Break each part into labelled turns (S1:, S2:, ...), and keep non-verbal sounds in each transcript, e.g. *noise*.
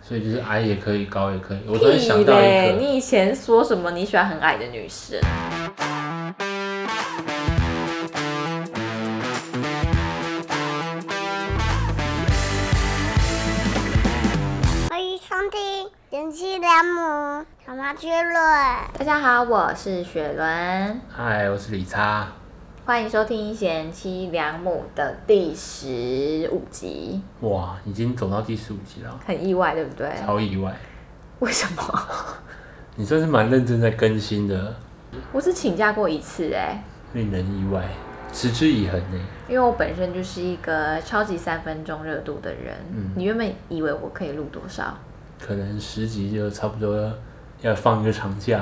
S1: 所以就是矮也可以，高也可以。我突然想
S2: 屁
S1: 到一
S2: 嘞！
S1: 个，
S2: 你以前说什么你喜欢很矮的女生？
S3: 欢迎收听《贤妻良母》小马趣论。
S2: 大家好，我是雪伦，
S1: 嗨，哎我是李叉。
S2: 欢迎收听《贤妻良母》的第十五集，
S1: 哇，已经走到第十五集了，
S2: 很意外，对不对？
S1: 超意外！
S2: 为什么？
S1: 你算是蛮认真在更新的，
S2: 我只请假过一次哎、
S1: 令人意外，持之以恒欸呢。
S2: 因为我本身就是一个超级三分钟热度的人。
S1: 嗯
S2: 你原本以为我可以录多少？
S1: 可能十集就差不多要放一个长
S2: *laughs*
S1: 假。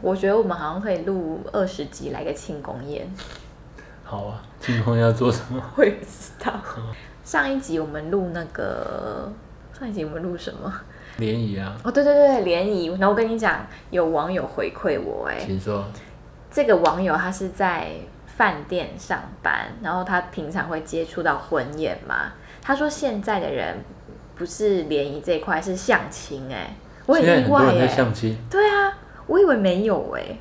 S2: 我觉得我们好像可以录二十集，来个庆功宴。 *laughs*
S1: 好啊，今后要做什么？ *laughs*
S2: 我也不知道。
S1: 嗯
S2: 上一集我们录那个，上一集我们录什么？
S1: 联谊啊，
S2: 哦，对对对，联谊。然后我跟你讲，有网友回馈我、哎，
S1: 请说。
S2: 这个网友他是在饭店上班，然后他平常会接触到婚宴嘛。他说现在的人不是联谊这一块，是相亲、哎，我很
S1: 现在
S2: 意
S1: 很多
S2: 外、
S1: 人在
S2: 哎，
S1: 相亲，
S2: 对啊，我以为没有、哎。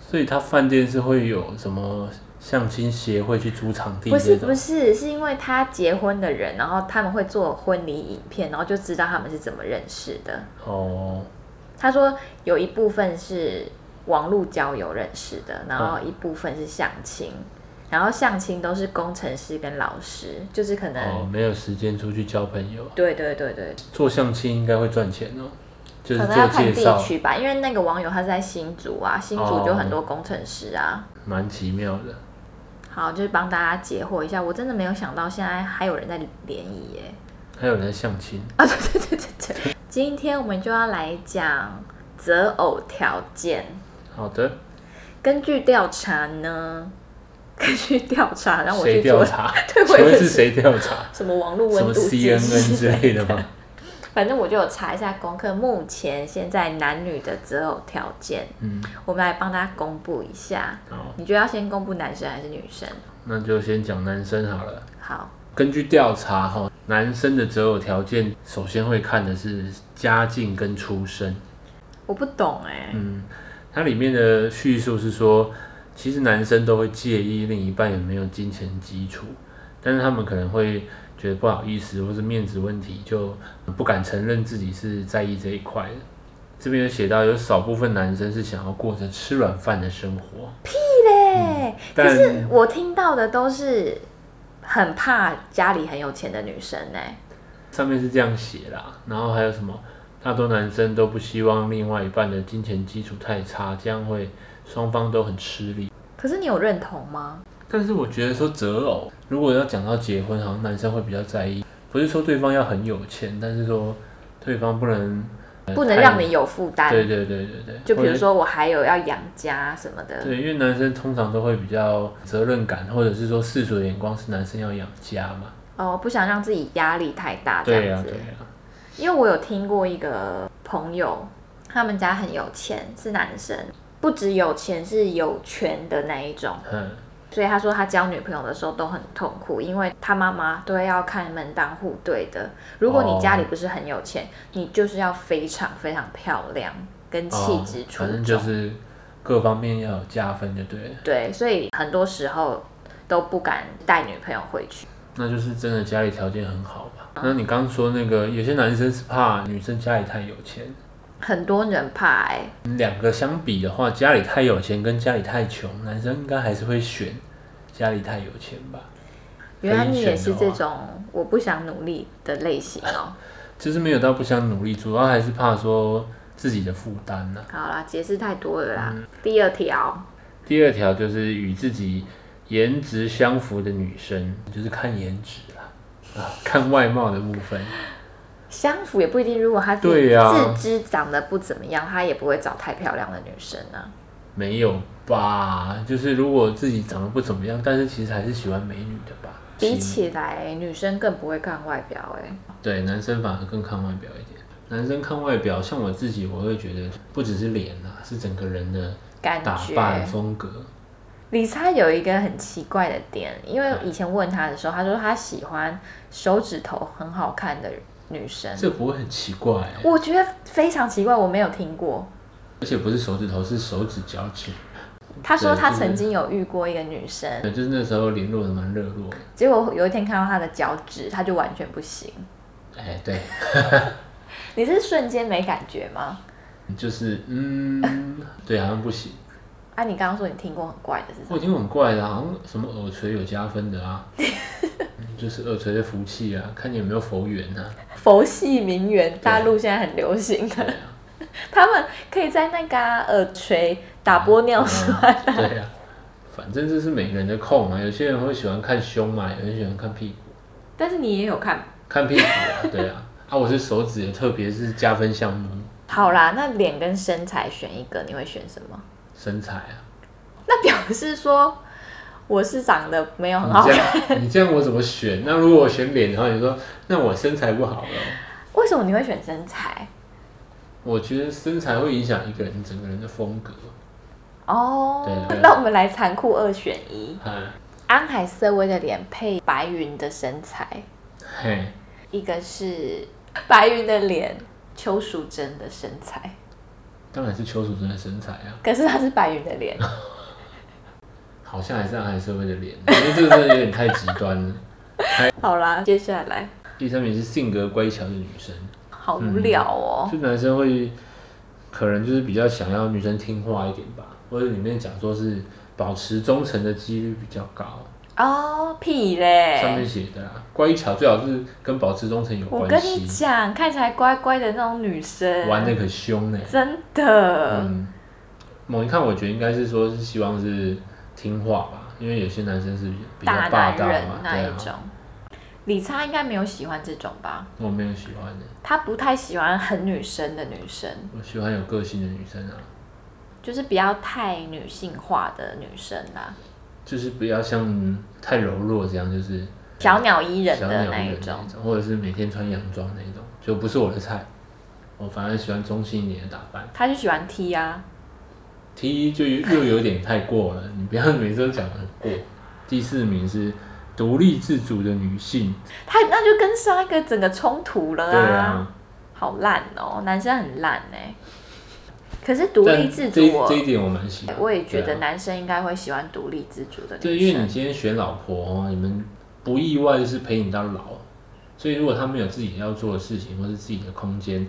S1: 所以他饭店是会有什么相亲协会去租场地
S2: 不是
S1: 这
S2: 不
S1: 种。
S2: 是，是因为他结婚的人，然后他们会做婚礼影片，然后就知道他们是怎么认识的。
S1: 哦，
S2: 他说有一部分是网络交友认识的，然后一部分是相亲，然后相亲都是工程师跟老师，就是可能、
S1: 哦，没有时间出去交朋友，
S2: 对对对对，
S1: 做相亲应该会赚钱哦，就是
S2: 可能
S1: 做
S2: 要看
S1: 介
S2: 地
S1: 绍，哦
S2: 区吧，因为那个网友他是在新竹啊，新竹就很多工程师啊。
S1: 蛮奇妙的。
S2: 好，就是帮大家解惑一下，我真的没有想到现在还有人在联谊耶。 *laughs*
S1: 还有人在相亲，
S2: 啊，对对对对对。今天我们就要来讲择偶条件。
S1: 好的，
S2: 根据调查呢， *laughs* 根据调查让我
S1: 谁
S2: 去
S1: 调
S2: 做？
S1: 查
S2: *laughs* 对我
S1: 请
S2: 也
S1: 问
S2: 是
S1: 是谁调查？
S2: 什么网络
S1: 什
S2: 温
S1: 么
S2: 度计
S1: CNN 之类的吗？
S2: *laughs* 反正我就有查一下功课，目前现在男女的择偶条件，
S1: 嗯，
S2: 我们来帮大家公布一下。
S1: 好，
S2: 你觉得要先公布男生还是女生？
S1: 那就先讲男生好了。
S2: 好，
S1: 根据调查哈，男生的择偶条件首先会看的是家境跟出身。
S2: 我不懂哎、
S1: 嗯，它里面的叙述是说，其实男生都会介意另一半有没有金钱基础，但是他们可能会觉得不好意思或是面子问题，就不敢承认自己是在意这一块的。这边有写到，有少部分男生是想要过着吃软饭的生活，
S2: 对，可是
S1: 嗯但
S2: 我听到的都是很怕家里很有钱的女生哎、
S1: 上面是这样写啦。然后还有什么？大多男生都不希望另外一半的金钱基础太差，这样会双方都很吃力。
S2: 可是你有认同吗？
S1: 但是我觉得说择偶，如果要讲到结婚，好像男生会比较在意，不是说对方要很有钱，但是说对方不能、呃
S2: 不能
S1: 太
S2: 让你有负担。
S1: 对对对对对，
S2: 就比
S1: 或
S2: 如
S1: 者
S2: 说我还有要养家什么的。
S1: 对，因为男生通常都会比较责任感，或者是说世俗的眼光是男生要养家嘛，
S2: 哦，不想让自己压力太大这
S1: 对呀、啊
S2: 样子。
S1: 对呀、
S2: 因为我有听过一个朋友，他们家很有钱，是男生，不只有钱，是有权的那一种。
S1: 嗯，
S2: 所以他说他交女朋友的时候都很痛苦，因为他妈妈都要看门当户对的。如果你
S1: 哦
S2: 家里不是很有钱，你就是要非常非常漂亮跟气
S1: 哦
S2: 质出
S1: 反正
S2: 众。
S1: 就是各方面要有加分就对了，
S2: 对，所以很多时候都不敢带女朋友回去。
S1: 那就是真的家里条件很好吧。
S2: 嗯
S1: 那你刚说那个有些男生是怕女生家里太有钱，
S2: 很多人怕哎、
S1: 两个相比的话，家里太有钱跟家里太穷，男生应该还是会选家里太有钱吧。
S2: 原来你也是这
S1: 可以选
S2: 种我不想努力的类型哦。
S1: 就是没有到不想努力，主要还是怕说自己的负担啊呐。
S2: 好啦，解释太多了啦。
S1: 嗯
S2: 第二条，
S1: 第二条就是与自己颜值相符的女生，就是看颜值啦， *laughs* 啊，看外貌的部分。
S2: 相符也不一定，如果他自
S1: 对啊呀
S2: 自知长得不怎么样，他也不会找太漂亮的女生啊。
S1: 没有吧？就是如果自己长得不怎么样，但是其实还是喜欢美女的吧。
S2: 比起来，女生更不会看外表哎、
S1: 对，男生反而更看外表一点。男生看外表，像我自己，我会觉得不只是脸啊，是整个人的
S2: 感
S1: 打扮
S2: 觉。
S1: 风格。
S2: 理查有一个很奇怪
S1: 嗯
S2: 的点，因为以前问他的时候，他说他喜欢手指头很好看的女生。
S1: 这不会很奇怪欸、
S2: 我觉得非常奇怪，我没有听过。
S1: 而且不是手指头，是手指交界。
S2: 他说
S1: 对
S2: 他
S1: 就是
S2: 曾经有遇过一个女生，
S1: 对，就是那时候联络的蛮热络的。
S2: 结果有一天看到她的脚趾，她就完全不行。
S1: 哎，对，
S2: 你是瞬间没感觉吗？
S1: 就是嗯，对，好像不行。
S2: 啊，你刚刚说你听过很怪的是什
S1: 我
S2: 么？
S1: 听过很怪的啊，好像什么耳垂有加分的啊， *laughs* 嗯就是耳垂的福气啊，看你有没有佛缘啊。
S2: 佛系名媛，大陆现在很流行 *laughs*
S1: 对
S2: 的，
S1: 啊，
S2: 他们可以在那个啊耳垂打 *laughs* 玻尿酸。
S1: 嗯对啊，反正这是每个人的空啊嘛，有些人会喜欢看胸嘛，有人喜欢看屁股，
S2: 但是你也有看，
S1: 看屁股啊，对啊。啊，我是手指的，特别是加分项目，
S2: 好啦，那脸跟身材选一个，你会选什么？
S1: 身材啊。
S2: 那表示说我是长得没有很好
S1: 你这
S2: 看，
S1: 样，你这样我怎么选？那如果我选脸的话，你说那我身材不好了，
S2: *laughs* 为什么你会选身材？
S1: 我觉得身材会影响一个人整个人的风格。
S2: 哦
S1: 对，
S2: 那我们来残酷二选一，
S1: 哎，
S2: 安海瑟薇的脸配白云的身材，
S1: 嘿，
S2: 一个是白云的脸，邱淑贞的身材，
S1: 当然是邱淑贞的身材啊，
S2: 可是她是白云的脸，
S1: 好像还是安海社会的脸，我觉得这个真的有点太极端了。
S2: 好啦，接下来
S1: 第三名是性格乖巧的女生，
S2: 好无聊哦，
S1: 就男生会可能就是比较想要女生听话一点吧，或者里面讲说是保持忠诚的几率比较高，
S2: 哦屁
S1: 上面
S2: 嘞。
S1: 写的啦，乖巧最好是跟保持忠诚有
S2: 我
S1: 关
S2: 跟你
S1: 系，
S2: 讲，看起来乖乖的那种女生，
S1: 玩的可凶呢、
S2: 真的，
S1: 嗯，某一看我觉得应该是说是希望是听话吧，因为有些男生是比较
S2: 大
S1: 霸
S2: 男
S1: 道
S2: 人
S1: 嘛，
S2: 那
S1: 对
S2: 一
S1: 啊
S2: 种。，李莎应该没有喜欢这种吧？
S1: 我没有喜欢的，
S2: 她不太喜欢很女生的女生，
S1: 我喜欢有个性的女生啊，
S2: 就是不要太女性化的女生啊啦，
S1: 就是不要像太柔弱这样，就是
S2: 小鸟依人
S1: 嗯小鸟
S2: 的
S1: 依
S2: 那一
S1: 人
S2: 种。
S1: 种，或者是每天穿洋装那一种，就不是我的菜。我反而喜欢中性一点的打扮
S2: 她就喜欢 T 啊，
S1: ，T 就又有点太过了，你不要每次都讲得很过。第四名是独立自主的女性，
S2: 她那就跟上一个整个冲突了
S1: 对啊，
S2: 好烂哦，男生很烂哎、可是独
S1: 但
S2: 立自
S1: 这一
S2: 主我，
S1: 这一点我蛮喜欢。
S2: 我也
S1: 对
S2: 觉得
S1: 啊
S2: 男生应该会喜欢独立自主的
S1: 对，
S2: 女
S1: 因为你
S2: 生。
S1: 今天选老婆哦，你们不意外是陪你到老，所以如果他们有自己要做的事情或是自己的空间，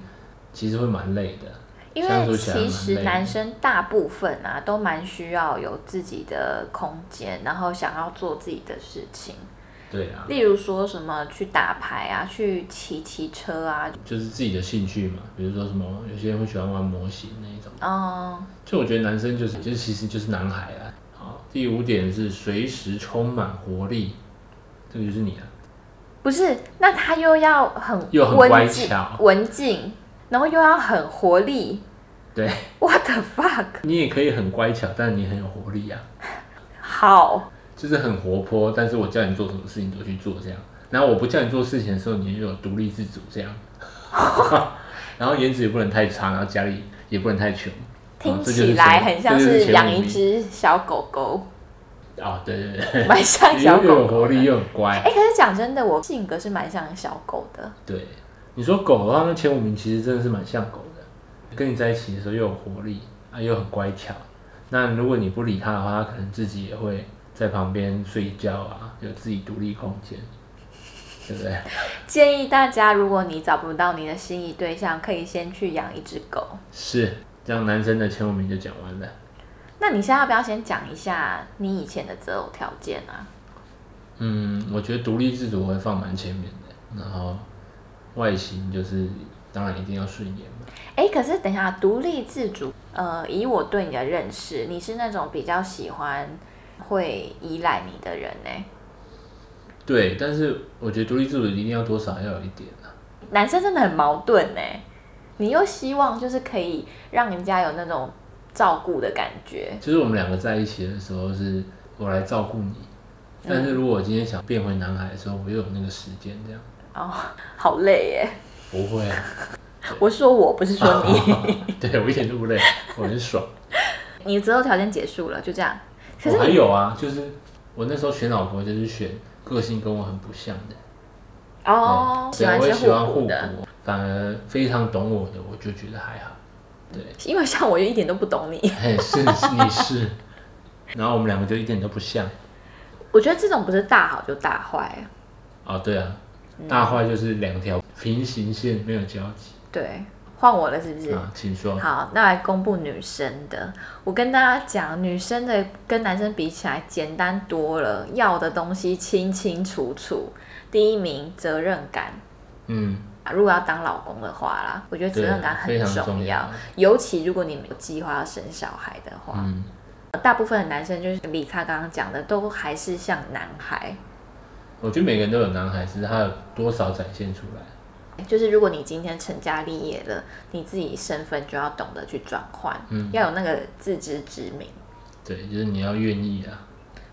S1: 其实会蛮累的。
S2: 因
S1: 相
S2: 为
S1: 处起来
S2: 其
S1: 蛮累
S2: 实
S1: 的
S2: 男生大部分啊都蛮需要有自己的空间，然后想要做自己的事情，
S1: 对啊，
S2: 例如说什么去打牌啊，去骑骑车啊，
S1: 就是自己的兴趣嘛，比如说什么，有些人会喜欢玩模型那一种。
S2: 嗯，
S1: 就我觉得男生就是，就是其实就是男孩啦。好，第五点是随时充满活力，这个就是你啊。
S2: 不是，那他又要很
S1: 又很
S2: 文
S1: 乖
S2: 静
S1: 巧
S2: 文静，然后又要很活力
S1: 对，
S2: ，what the fuck，
S1: 你也可以很乖巧，但你很有活力啊，
S2: 好，
S1: 就是很活泼。但是我叫你做什么事情都去做这样，然后我不叫你做事情的时候，你又有独立自主这样。 *laughs* 然后颜值也不能太差，然后家里也不能太穷。
S2: 听
S1: 哦这就是
S2: 起来
S1: 前
S2: 很像
S1: 这就是前五
S2: 养一
S1: 名
S2: 只小狗狗，
S1: 哦，对对对，
S2: 蛮像 *laughs*
S1: 又
S2: 小狗
S1: 有
S2: 狗
S1: 活
S2: 的。
S1: 力又很乖。
S2: 哎、可是讲真的，我性格是蛮像小狗的。
S1: 对，你说狗的话，那前五名其实真的是蛮像狗的。跟你在一起的时候又有活力啊，又很乖巧。那如果你不理它的话，它可能自己也会在旁边睡觉啊，有自己独立空间，对不对？
S2: 建议大家，如果你找不到你的心仪对象，可以先去养一只狗。
S1: 是，这样男生的前五名就讲完了。
S2: 那你现在要不要先讲一下你以前的择偶条件啊？
S1: 嗯，我觉得独立自主我会放蛮前面的，然后外形就是当然一定要顺眼嘛。
S2: 哎，可是等一下，独立自主，呃，以我对你的认识，你是那种比较喜欢会依赖你的人呢、
S1: 对，但是我觉得独立自主一定要多少要有一点啊。
S2: 男生真的很矛盾呢、你又希望就是可以让人家有那种照顾的感觉，
S1: 就是我们两个在一起的时候，是我来照顾你。
S2: 嗯
S1: 但是如果我今天想变回男孩的时候，我又有那个时间这样，
S2: 哦，好累耶、
S1: 不会啊，
S2: 我说我不是说你，
S1: *laughs* 对我一点都不累，我很爽。
S2: 你择偶条件结束了，就这样。可
S1: 我
S2: 是
S1: 还
S2: 你
S1: 有啊，就是我那时候选老婆就是选个性跟我很不像的，
S2: 哦，喜
S1: 对
S2: 欢
S1: 我也
S2: 吃
S1: 喜欢互
S2: 互补
S1: 补
S2: 的，，
S1: 反而非常懂我的，我就觉得还好。对，
S2: 因为像我就一点都不懂你。
S1: 嘿，是是你是，然后我们两个就一点都不像。
S2: 我觉得这种不是大好就大坏，
S1: 哦，对啊，
S2: 嗯
S1: 大坏就是两条平行线没有交集
S2: 对，换我了是不是？
S1: 啊，请说。
S2: 好，那来公布女生的。我跟大家讲，女生的跟男生比起来简单多了，要的东西清清楚楚。第一名责任感，
S1: 嗯，
S2: 啊如果要当老公的话啦，我觉得责任感很
S1: 对非常
S2: 重
S1: 重要
S2: 尤其如果你们有计划要生小孩的话，呃
S1: 嗯
S2: 大部分的男生就是理查刚刚讲的，都还是像男孩。
S1: 我觉得每个人都有男孩子，他有多少展现出来。
S2: 就是如果你今天成家立业了，你自己身份就要懂得去转换，
S1: 嗯
S2: 要有那个自知之明。
S1: 对，就是你要愿意啊。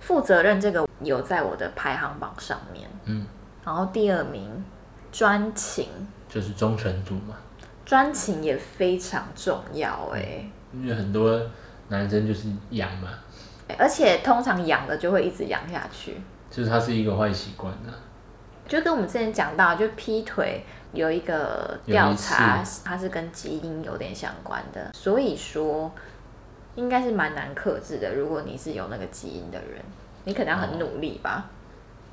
S2: 负责任这个有在我的排行榜上面，
S1: 嗯，
S2: 然后第二名专情，
S1: 就是忠诚度嘛，
S2: 专情也非常重要哎、
S1: 因为很多男生就是养嘛，嗯
S2: 而且通常养的就会一直养下去，
S1: 就是他是一个坏习惯啊。
S2: 就跟我们之前讲到，就劈腿有一个调
S1: 有
S2: 查
S1: 一，
S2: 它是跟基因有点相关的，所以说应该是蛮难克制的。如果你是有那个基因的人，你可能要很努力吧、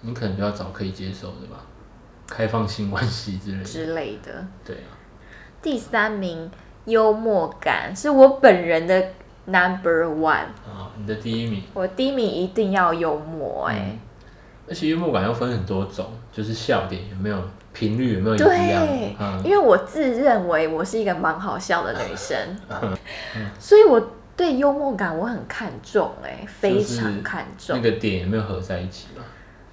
S1: 你可能就要找可以接受的吧，开放性关系之类的。
S2: 之类的。
S1: 对啊，
S2: 第三名幽默感是我本人的 number one，
S1: 啊，你的第一名。
S2: 我第一名一定要幽默哎、
S1: 嗯而且幽默感又分很多种，就是笑点有没有，频率有没有一样
S2: 对，，
S1: 嗯，
S2: 因为我自认为我是一个蛮好笑的女生，所以我对幽默感我很看重哎、非常看重。
S1: 那个点有没有合在一起嘛？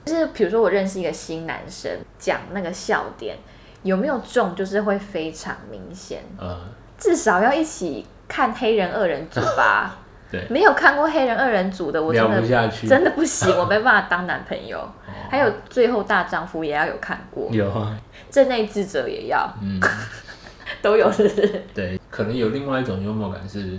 S2: 就是比如说我认识一个新男生，讲那个笑点有没有中，就是会非常明显。
S1: 呃，。
S2: 至少要一起看黑人二人组吧
S1: *laughs* 对
S2: 没有看过黑人二人组的，我真
S1: 聊不下
S2: 的
S1: 去哦
S2: 真的不行，我没办法当男朋友。还有《最后大丈夫》也要有看过，
S1: 有啊，
S2: 《镇内智者》也要，
S1: 嗯，
S2: 都有是不是？
S1: 对，可能有另外一种幽默感是，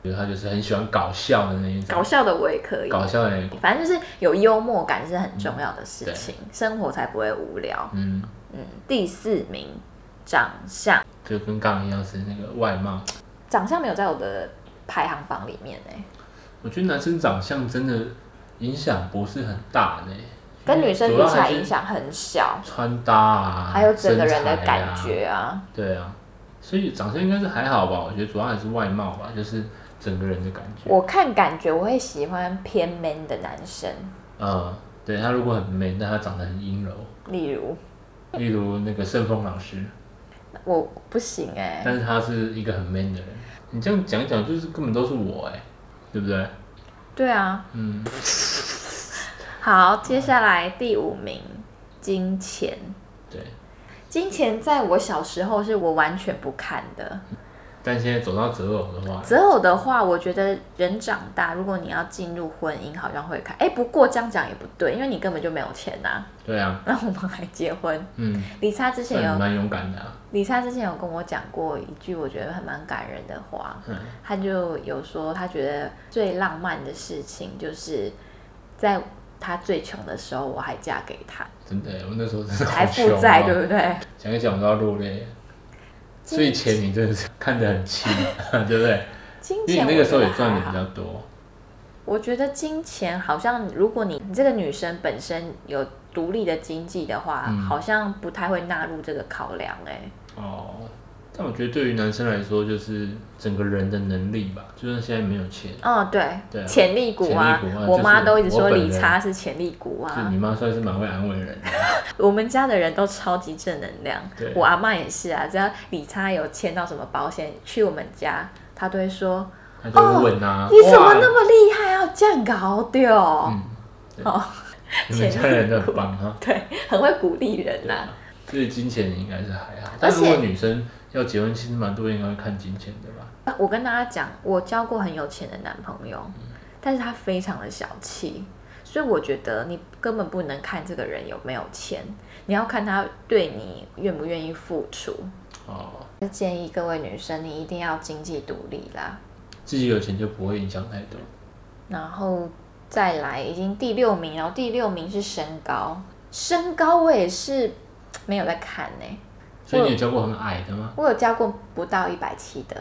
S1: 比如他就是很喜欢搞笑的那一种，
S2: 搞笑的我也可以，
S1: 搞笑的那一种，
S2: 反正就是有幽默感是很重要的事情，生活才不会无聊。
S1: 嗯，
S2: 嗯，第四名，长相，
S1: 就跟刚刚一样是那个外貌。
S2: 长相没有在我的排行榜里面哎、
S1: 我觉得男生长相真的影响不是很大呢，
S2: 跟女生比起来
S1: 嗯主要还是
S2: 影响很小，
S1: 穿搭啊，
S2: 还有整个人的
S1: 身材啊
S2: 感觉啊
S1: 对啊，所以长相应该是还好吧，我觉得主要还是外貌吧，就是整个人的感觉。
S2: 我看感觉我会喜欢偏 man 的男生，
S1: 嗯，对他如果很 man，但他长得很阴柔，
S2: 例如
S1: 例如那个盛峰老师，
S2: 我不行哎、
S1: 但是他是一个很 man 的人。你这样讲一讲，就是根本都是我哎、对不对？
S2: 对啊，
S1: 嗯，
S2: *laughs* 好，接下来第五名，金钱。
S1: 对。
S2: 金钱在我小时候是我完全不看的。
S1: 但现在走到择偶的话，
S2: 择偶的话，我觉得人长大，如果你要进入婚姻，好像会看。哎，不过这样讲也不对，因为你根本就没有钱呐、 *laughs*
S1: 对啊，
S2: 然后我们还结婚。
S1: 嗯，
S2: 李莎之前
S1: 算你
S2: 有，
S1: 蛮勇敢的啊，
S2: 李莎之前有跟我讲过一句我觉得很蛮感人的话，
S1: 嗯，
S2: 他就有说，他觉得最浪漫的事情就是在他最穷的时候，我还嫁给他，
S1: 真的耶，欸我那时候真的好
S2: 还负
S1: 穷啊
S2: 债，对不对？
S1: 讲一讲我都要落泪。所以钱你真的是看得很轻， *laughs* 对不对？
S2: 金
S1: 因为
S2: 钱
S1: 你那
S2: 我
S1: 个
S2: 觉
S1: 时候
S2: 得
S1: 也赚的
S2: 还
S1: 比
S2: 好
S1: 较多，
S2: 我觉得金钱好像，如果你你这个女生本身有独立的经济的话，
S1: 嗯
S2: 好像不太会纳入这个考量哎、
S1: 哦，但我觉得对于男生来说，就是整个人的能力吧，就算现在没有钱，
S2: 哦，对，
S1: 对啊
S2: 潜力股啊，
S1: 潜力股啊
S2: 我妈都一直
S1: 就是我
S2: 说
S1: 本人
S2: 理查是潜力股
S1: 就
S2: 啊
S1: 你。妈算是蛮会安慰人的。
S2: 我们家的人都超级正能量
S1: 对，
S2: 我阿妈也是啊，只要理查有签到什么保险，去我们家，她都会说
S1: 她就会问啊，
S2: 哦你怎么
S1: 哇
S2: 那么厉害啊？这样搞
S1: 嗯
S2: 掉？哦，
S1: 你们家人都很棒啊哈。
S2: 对，很会鼓励人啊呐、
S1: 所以金钱应该是还好，但如果女生要结婚，其实蛮多人应该会看金钱的吧？
S2: 呃我跟大家讲，我交过很有钱的男朋友，但是他非常的小气，所以我觉得你根本不能看这个人有没有钱，你要看他对你愿不愿意付出。
S1: 哦，
S2: 建议各位女生，你一定要经济独立啦。
S1: 自己有钱就不会影响太多。
S2: 然后再来，已经第六名，然后第六名是身高，身高我也是没有在看呢、
S1: 所以你有教过很矮的吗？
S2: 我有教过不到一百七的，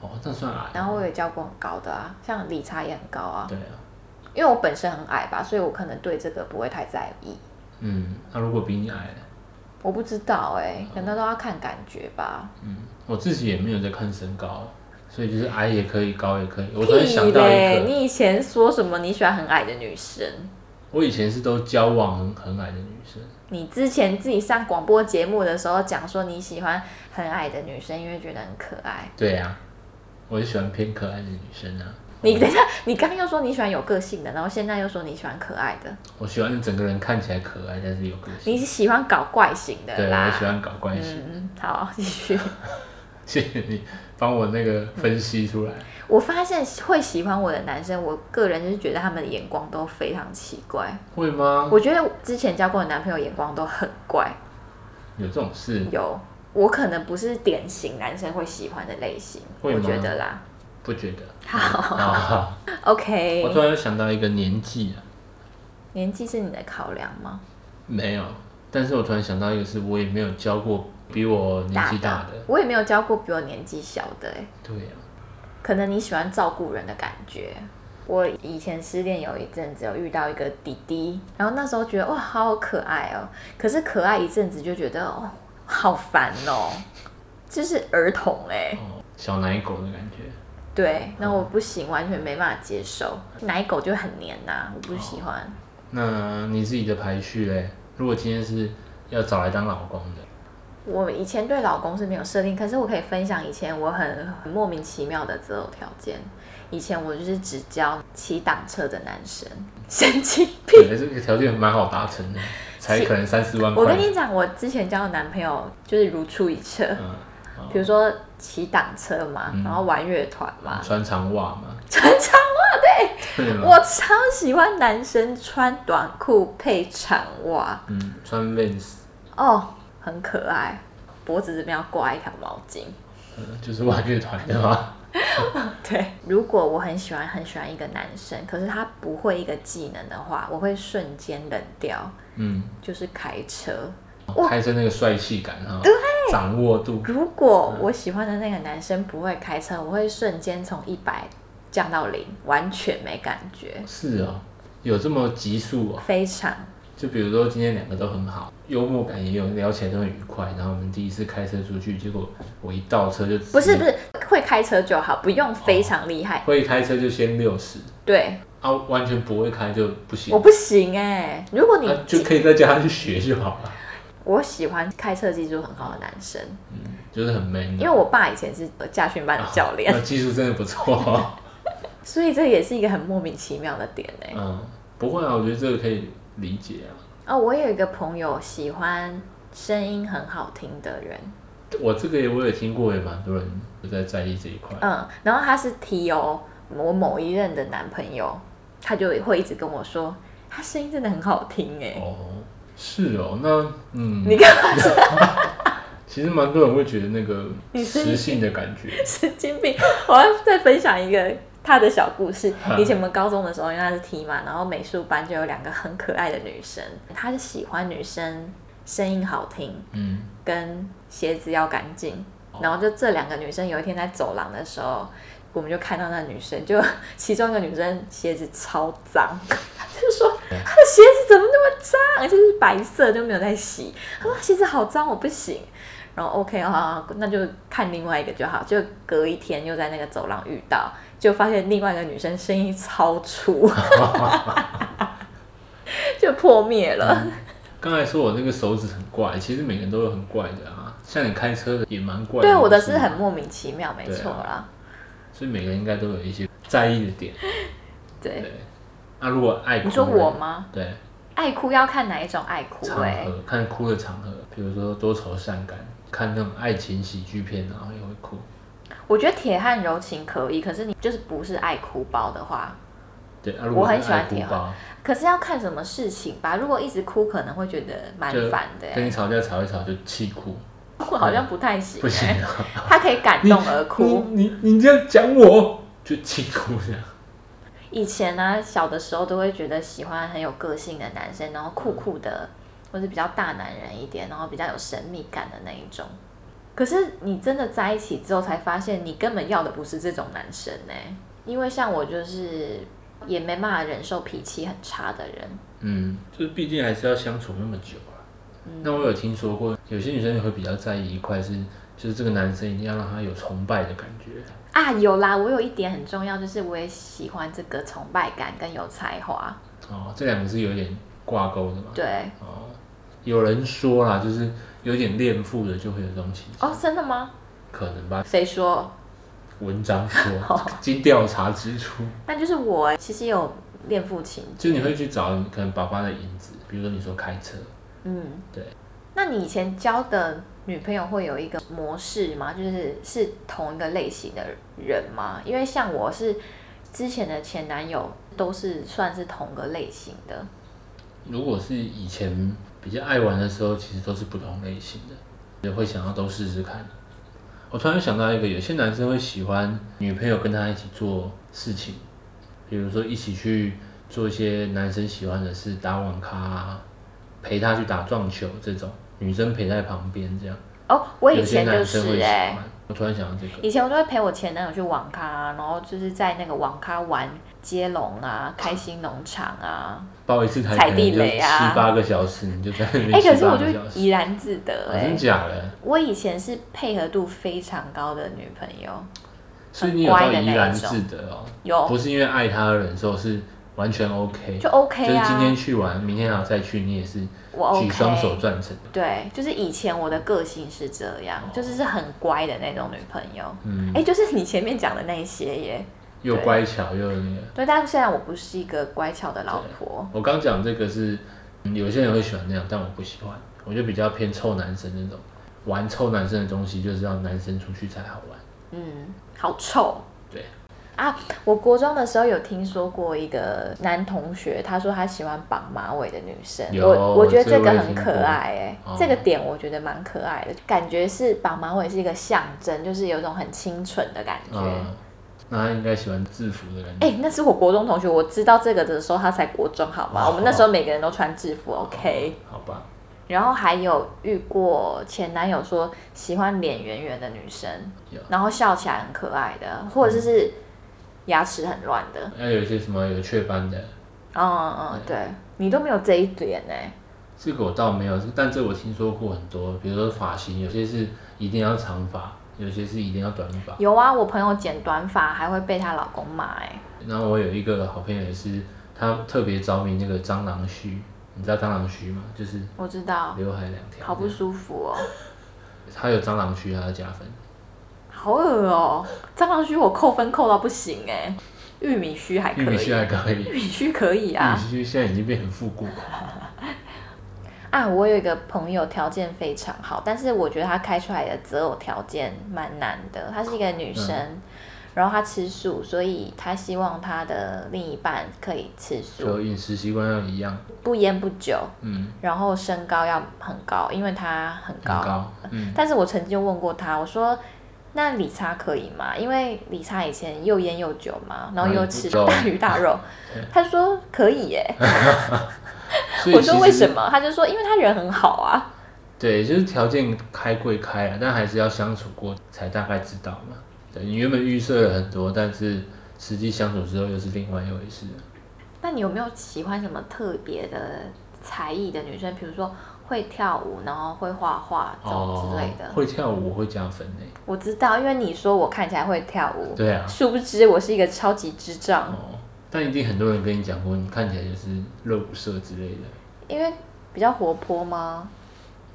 S1: 哦，那算矮。
S2: 然后我也教过很高的啊，像理查也很高啊。
S1: 对啊，
S2: 因为我本身很矮吧，所以我可能对这个不会太在意。
S1: 嗯，那如果比你矮的，
S2: 我不知道哎、可能都要看感觉吧。
S1: 嗯，我自己也没有在看身高，所以就是矮也可以，高也可以。我突然
S2: 屁
S1: 想到
S2: 嘞！
S1: 一个，
S2: 你以前说什么你喜欢很矮的女生？
S1: 我以前是都交往很很矮的女生，
S2: 你之前自己上广播节目的时候讲说你喜欢很矮的女生，因为觉得很可爱。
S1: 对啊，我就喜欢偏可爱的女生啊。
S2: 你等一下，你刚刚又说你喜欢有个性的，然后现在又说你喜欢可爱的，
S1: 我喜欢整个人看起来可爱，但是有个
S2: 你
S1: 性。
S2: 是喜欢搞怪型的
S1: 对，
S2: 啦。
S1: 我喜欢搞关系。
S2: 嗯，好，继续。
S1: 谢谢你帮我那个分析出来。
S2: 我发现会喜欢我的男生，我个人就是觉得他们的眼光都非常奇怪。
S1: 会吗？
S2: 我觉得之前交过的男朋友眼光都很怪，
S1: 有这种事？
S2: 有我可能不是典型男生会喜欢的类型，
S1: 会
S2: 我
S1: 吗
S2: 觉得啦。
S1: 不觉得？
S2: 好
S1: 啊，我突
S2: ，OK，
S1: 然又想到一个年纪啊，
S2: 年纪是你的考量吗？
S1: 没有，但是我突然想到一个是我也没有教过比我年纪大的。
S2: 我也没有交过比我年纪小的、欸，
S1: 对啊，
S2: 可能你喜欢照顾人的感觉。我以前失恋有一阵子有遇到一个弟弟，然后那时候觉得哇好可爱哦，可是可爱一阵子就觉得哦好烦哦，就是儿童哎、
S1: 哦，小奶狗的感觉。
S2: 对，那我不行，完全没办法接受，奶狗就很黏呐、我不喜欢。
S1: 那你自己的排序嘞？如果今天是要找来当老公的，
S2: 我以前对老公是没有设定，可是我可以分享以前我很很莫名其妙的择偶条件。以前我就是只交骑挡车的男生，神经
S1: *laughs*
S2: 病。
S1: 对，这个条件蛮好达成的，才可能三四万块。
S2: 我跟你讲，我之前交的男朋友就是如出一辙，
S1: 嗯，哦
S2: 比如说骑挡车嘛，
S1: 嗯
S2: 然后玩乐团嘛， *laughs*
S1: 穿长袜嘛，
S2: 常常
S1: 对吗？
S2: 我超喜欢男生穿短裤配长袜，
S1: 嗯，穿 Vans，
S2: 哦，很可爱，脖子这边要挂一条毛巾。
S1: 嗯就是玩乐团的嘛。
S2: *laughs* 对，如果我很喜欢很喜欢一个男生，可是他不会一个技能的话，我会瞬间冷掉，
S1: 嗯，
S2: 就是开车。
S1: 哦开车那个帅气感哈，掌握度，
S2: 如果我喜欢的那个男生不会开车，我会瞬间从一百降到零，完全没感觉，
S1: 是哦，有这么急速哦。
S2: 非常。
S1: 就比如说今天两个都很好，幽默感也有，聊起来都很愉快。然后我们第一次开车出去，结果我一倒车就
S2: 不是不哦是，会开车就好，不用非常厉害。
S1: 会开车就先六十，
S2: 对，
S1: 啊，完全不会开就不行
S2: 我，不行哎、如果你、
S1: 啊、就可以在家去学就好了。
S2: 我喜欢开车技术很好的男生，
S1: 嗯，就是很 man 的。
S2: 因为我爸以前是驾训班的教练
S1: 啊，那技术真的不错、 *laughs* 哦。
S2: 所以这也是一个很莫名其妙的点哎、
S1: 嗯，不会啊，我觉得这个可以理解啊。
S2: 哦，我有一个朋友喜欢声音很好听的人，
S1: 我这个也我也听过，也蛮多人有在在意这一块。
S2: 嗯，然后他是 T O 我某一任的男朋友，他就会一直跟我说，他声音真的很好听哎、
S1: 哦，是哦，那嗯，
S2: 你干嘛
S1: *laughs* 其实蛮多人会觉得那个
S2: 你是
S1: 磁性的感
S2: *laughs*
S1: 觉，
S2: *laughs* 神经病？我要再分享一个他的小故事。
S1: 嗯
S2: 以前我们高中的时候，因为他是 T 嘛，然后美术班就有两个很可爱的女生，他是喜欢女生声音好听，
S1: 嗯，
S2: 跟鞋子要干净。
S1: 哦
S2: 然后就这两个女生有一天在走廊的时候，我们就看到那女生，就 *laughs* 其中一个女生鞋子超脏，就说
S1: 嗯
S2: 她的鞋子怎么那么脏，而且是白色就没有在洗。她说鞋子好脏，我不行。然后 OK 好好，好那就看另外一个就好。就隔一天又在那个走廊遇到，就发现另外一个女生声音超粗， *laughs* 就破灭了。
S1: 嗯刚才说我那个手指很怪，其实每个人都有很怪的啊，像你开车的也蛮怪
S2: 对我的
S1: 就是
S2: 很莫名其妙，没
S1: 对啊
S2: 错啦。
S1: 所以每个人应该都有一些在意的点。
S2: 对，
S1: 对，那、如果爱哭，
S2: 你说我？吗？
S1: 对，
S2: 爱哭要看哪一种爱哭
S1: 场合、
S2: 哎、
S1: 看哭的场合，比如说多愁善感，看那种爱情喜剧片，然后也会哭。
S2: 我觉得铁汉柔情可以，可是你就是不是爱哭包的话，
S1: 对，啊，如果
S2: 我很
S1: 是
S2: 喜欢
S1: 爱哭
S2: 铁
S1: 包，
S2: 可是要看什么事情吧。如果一直哭，可能会觉得蛮
S1: 就
S2: 烦的、
S1: 跟你
S2: 欸。
S1: 吵架吵一吵就气哭，
S2: *laughs* 我好像不太行、
S1: 不行
S2: 欸， *laughs*
S1: 啊！
S2: 他可以感动而哭。
S1: 你你你这样讲我，就气哭这样。
S2: 以前呢、啊，小的时候都会觉得喜欢很有个性的男生，然后酷酷的，或是比较大男人一点，然后比较有神秘感的那一种。可是你真的在一起之后，才发现你根本要的不是这种男生呢、因为像我就是也没办法忍受脾气很差的人。
S1: 嗯，就是毕竟还是要相处那么久啊。那我有听说过，有些女生会比较在意一块是，就是这个男生一定要让她有崇拜的感觉。
S2: 啊，有啦，我有一点很重要，就是我也喜欢这个崇拜感跟有才华。
S1: 哦，这两个是有点挂钩的嘛。
S2: 对，
S1: 哦，有人说啦，就是有点恋父的就会有这种倾向，
S2: 哦，真的吗？
S1: 可能吧。
S2: 谁说？
S1: 文章说，经调查指出，
S2: 但就是我其实有恋父情
S1: 就
S2: 节
S1: 你会去找可能爸爸的影子，比如说你说开车，
S2: 嗯，
S1: 对。
S2: 那你以前交的女朋友会有一个模式吗？就是是同一个类型的人吗？因为像我是之前的前男友都是算是同个类型的。
S1: 如果是以前比较爱玩的时候，其实都是不同类型的，也会想要都试试看。我突然想到一个，有些男生会喜欢女朋友跟他一起做事情，比如说一起去做一些男生喜欢的事，打网咖、啊，陪他去打撞球这种，女生陪在旁边这样。
S2: 哦，我以
S1: 有些
S2: 前就
S1: 男生会
S2: 是
S1: 喜
S2: 哎、
S1: 欢。我突然想到这个，
S2: 以前我都会陪我前男友去网咖，然后就是在那个网咖玩接龙啊、开心农场啊。
S1: 抱一次台
S2: 踩
S1: 可
S2: 地
S1: 能就
S2: 雷啊
S1: 七八个小时，你就在那边
S2: 哎、可
S1: 七
S2: 是我
S1: 八
S2: 就
S1: 个小时，
S2: 怡然自得
S1: 哦
S2: 哎、
S1: 真假的？
S2: 我以前是配合度非常高的女朋友，
S1: 所以你有到
S2: 乖的那一
S1: 怡然
S2: 种
S1: 自得哦。不
S2: 有
S1: 是因为爱他而忍受，是完全 OK，
S2: 就 OK
S1: 就是
S2: 啊。
S1: 今天去玩，明天还要再去，你也是
S2: 我
S1: 举
S2: OK，
S1: 双手赞成。
S2: 对，就是以前我的个性是这样，就是是很乖的那种女朋友。
S1: 哦嗯
S2: 哎、，就是你前面讲的那一些耶。
S1: 又乖巧又那个。
S2: 对，但虽然我不是一个乖巧的老婆，
S1: 我刚讲这个是、嗯有些人会喜欢那样，但我不喜欢，我就比较偏臭男生那种，玩臭男生的东西就是让男生出去才好玩。
S2: 嗯，好臭。
S1: 对，
S2: 啊，我国中的时候有听说过一个男同学，他说他喜欢绑马尾的女生，
S1: 有
S2: 我我觉得
S1: 这
S2: 这
S1: 个
S2: 个
S1: 我也
S2: 很
S1: 听
S2: 可
S1: 过
S2: 爱哎、
S1: 哦
S2: 这个点我觉得蛮可爱的，感觉是绑马尾是一个象征，就是有一种很清纯的感觉。
S1: 嗯，那他应该喜欢制服的感觉。
S2: 哎、那是我国中同学，我知道这个的时候他才国中，好吗？
S1: 哦
S2: 我们那时候每个人都穿制服，OK。
S1: 好吧，
S2: 然后还有遇过前男友说喜欢脸圆圆的女生
S1: 有，嗯
S2: 然后笑起来很可爱的，或者是牙齿很乱的。
S1: 要有一些什么有雀斑的，
S2: 嗯嗯，对你都没有这一点呢、
S1: 这个我倒没有，但这我听说过很多，比如说发型，有些是一定要长发，有些是一定要短发。
S2: 有啊，我朋友剪短发还会被她老公骂哎、
S1: 然后我有一个好朋友也是，他特别着迷那个蟑螂须，你知道蟑螂须吗？就是
S2: 我知道，
S1: 刘海两条。
S2: 好不舒服哦，
S1: 他有蟑螂须，他啊要加分。
S2: 好恶哦、蟑螂须我扣分扣到不行哎、玉米须还可
S1: 玉
S2: 以，
S1: 米须还可以，
S2: 玉米须可以
S1: 玉
S2: *laughs* 啊
S1: 米须现在已经变很复古了。
S2: 啊！我有一个朋友条件非常好，但是我觉得她开出来的择偶条件蛮难的。她是一个女生，
S1: 嗯
S2: 然后她吃素，所以她希望她的另一半可以吃素，
S1: 就饮食习惯要一样，
S2: 不烟不酒，
S1: 嗯，
S2: 然后身高要很高，因为他很
S1: 很
S2: 高。
S1: 高，嗯，
S2: 但是我曾经问过他，我说：“那理查可以吗？”因为理查以前又烟又酒嘛，然后又吃
S1: 嗯
S2: 大鱼
S1: *laughs*
S2: 大肉。他说可以耶。
S1: 所以
S2: 我说
S1: 其实
S2: 为什？么？他就说因为他人很好啊。
S1: 对，就是条件开归开了，但还是要相处过才大概知道嘛。对你原本预设了很多，但是实际相处之后又是另外一回事了。
S2: 那你有没有喜欢什么特别的才艺的女生？比如说会跳舞，然后会画画这种之类的。
S1: 哦会跳舞会加分呢、
S2: 我知道，因为你说我看起来会跳舞，
S1: 对啊，
S2: 殊不知我是一个超级智障。
S1: 哦，但一定很多人跟你讲过，你看起来就是热舞社之类的，
S2: 因为比较活泼吗？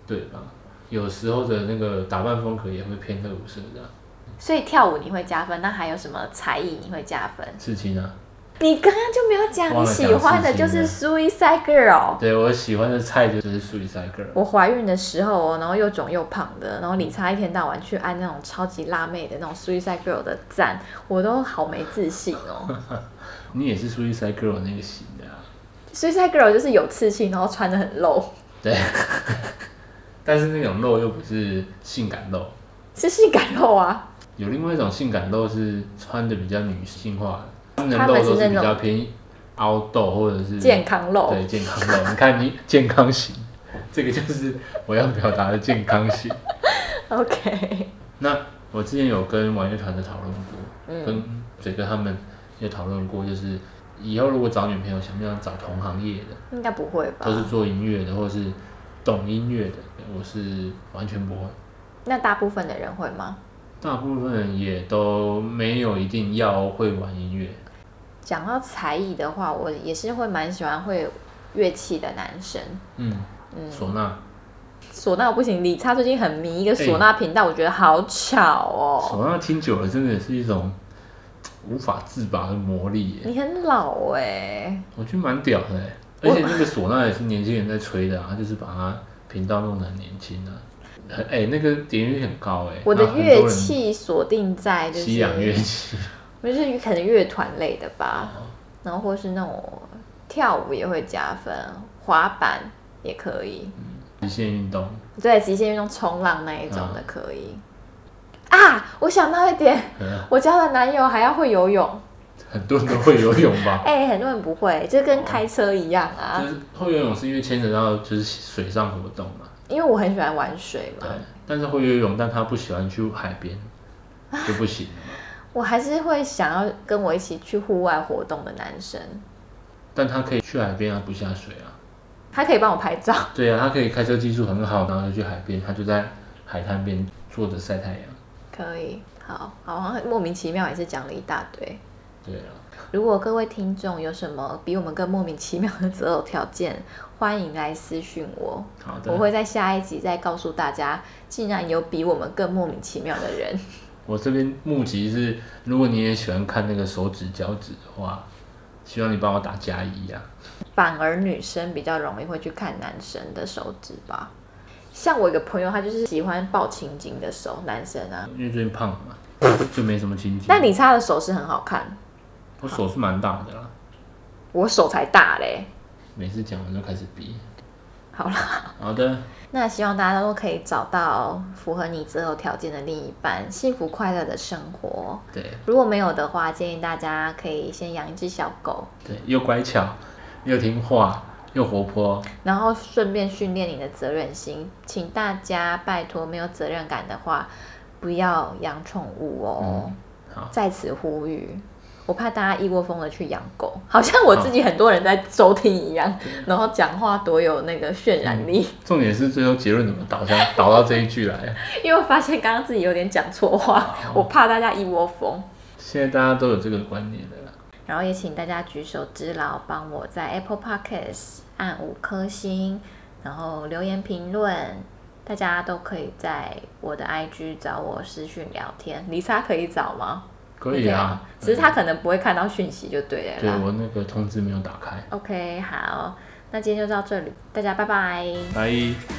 S1: 对吧？有时候的那个打扮风格也会偏热舞社这样
S2: 所以跳舞你会加分，那还有什么才艺你会加分？
S1: 刺青啊。
S2: 你刚刚就没有讲
S1: 忘
S2: 你
S1: 了
S2: 喜欢的就
S1: 讲
S2: 是
S1: 事
S2: Suicide Girl。
S1: 对我喜欢的菜就是 Suicide Girl，
S2: 我怀孕的时候哦，然后又肿又胖的，然后理查一天到晚去按那种超级辣妹的那种 Suicide Girl 的赞，我都好没自信哦。
S1: 你也是 Suicide Girl 那个型的、啊，
S2: Suicide Girl 就是有刺青，然后穿的很露， *laughs*
S1: 对。 *laughs* 但是那种肉又不是性感肉，
S2: 是性感露啊。
S1: 有另外一种性感肉是穿的比较女性化的，他们的
S2: 他
S1: 肉
S2: 们是
S1: 都是比
S2: 那种
S1: 较偏凹痘或者是
S2: 健康露，
S1: 对健康肉。你看你健康型，这个就是我要表达的健康型。
S2: *laughs* OK，
S1: 那我之前有跟玩乐团的讨论过，
S2: 嗯
S1: 跟嘴哥他们有讨论过，就是以后如果找女朋友，想不想找同行业的，
S2: 应该不会吧
S1: 都？是做音乐的，或是懂音乐的，我是完全不会。
S2: 那大部分的人会吗？
S1: 大部分人也都没有一定要会玩音乐，
S2: 讲到才艺的话，我也是会蛮喜欢会乐器的男生。
S1: 嗯，唢呐，
S2: 唢呐我不行，李差最近很迷一个
S1: 哎
S2: 唢呐频道，我觉得好巧哦。
S1: 唢呐听久了真的是一种无法自拔的魔力耶，
S2: 你很老哎、
S1: 我觉得蛮屌的耶。而且那个唢呐也是年轻人在吹的啊，他就是把它频道弄得很年轻啊，很哎、那个点击率很高哎。
S2: 我的
S1: 那很多人
S2: 乐器锁定在就是
S1: 西洋乐器，
S2: 就是可能乐团类的吧，然后或是那种跳舞也会加分，滑板也可以，
S1: 极限运动，
S2: 对，极限运动、冲浪那一种的可以。啊，我想到一点， *laughs*
S1: 嗯
S2: 我交的男友还要会游泳，
S1: 很多人都会游泳吧？
S2: 哎、很多人不会，就跟开车一样 *laughs* 啊
S1: 就。是会游泳是因为牵扯到就是水上活动嘛，
S2: 因为我很喜欢玩水嘛
S1: 对，。但是会游泳，但他不喜欢去海边，就不行了嘛。
S2: 我还是会想要跟我一起去户外活动的男生，
S1: 但他可以去海边啊，不下水啊。
S2: 他可以帮我拍照。
S1: 对啊，他可以开车技术很好，然后就去海边，他就在海滩边坐着晒太阳。
S2: 可以，好，好好像莫名其妙也是讲了一大堆。
S1: 对啊，
S2: 如果各位听众有什么比我们更莫名其妙的择偶条件，欢迎来私讯我，
S1: 好的，
S2: 我会在下一集再告诉大家，竟然有比我们更莫名其妙的人。 *laughs*
S1: 我这边募集是，如果你也喜欢看那个手指脚趾的话，希望你帮我打加一啊。
S2: 反而女生比较容易会去看男生的手指吧。像我一个朋友，他就是喜欢抱青筋的手，男生啊。
S1: 因为最近胖了嘛，就没什么亲近。
S2: 那李差的手是很好看，
S1: 我手是蛮大的啦，
S2: 我手才大嘞。
S1: 每次讲完就开始比。
S2: 好啦， *laughs*
S1: 好的，
S2: 那希望大家都可以找到符合你择偶条件的另一半，幸福快乐的生活。
S1: 对
S2: 如果没有的话，建议大家可以先养一只小狗，
S1: 对，又乖巧，又听话，又活泼。
S2: 然后顺便训练你的责任心。请大家拜托，没有责任感的话，不要养宠物哦。
S1: 好
S2: 在此呼吁，我怕大家一窝蜂的去养狗，好像我自己很多人在收听一样，然后讲话多有那个渲染力，
S1: 重点是最后结论怎么导向导到这一句来？啊
S2: 因为我发现刚刚自己有点讲错话，我怕大家一窝蜂。
S1: 现在大家都有这个观念了啦。
S2: 然后也请大家举手之劳，帮我在 Apple Podcast 按五颗星，然后留言评论。大家都可以在我的 IG 找我私讯聊天，丽莎可以找吗？
S1: 可以啊，
S2: 只是她可能不会看到讯息就对了
S1: 对
S2: 啦。
S1: 我那个通知没有打开。
S2: OK，好，那今天就到这里，大家拜拜。
S1: 拜。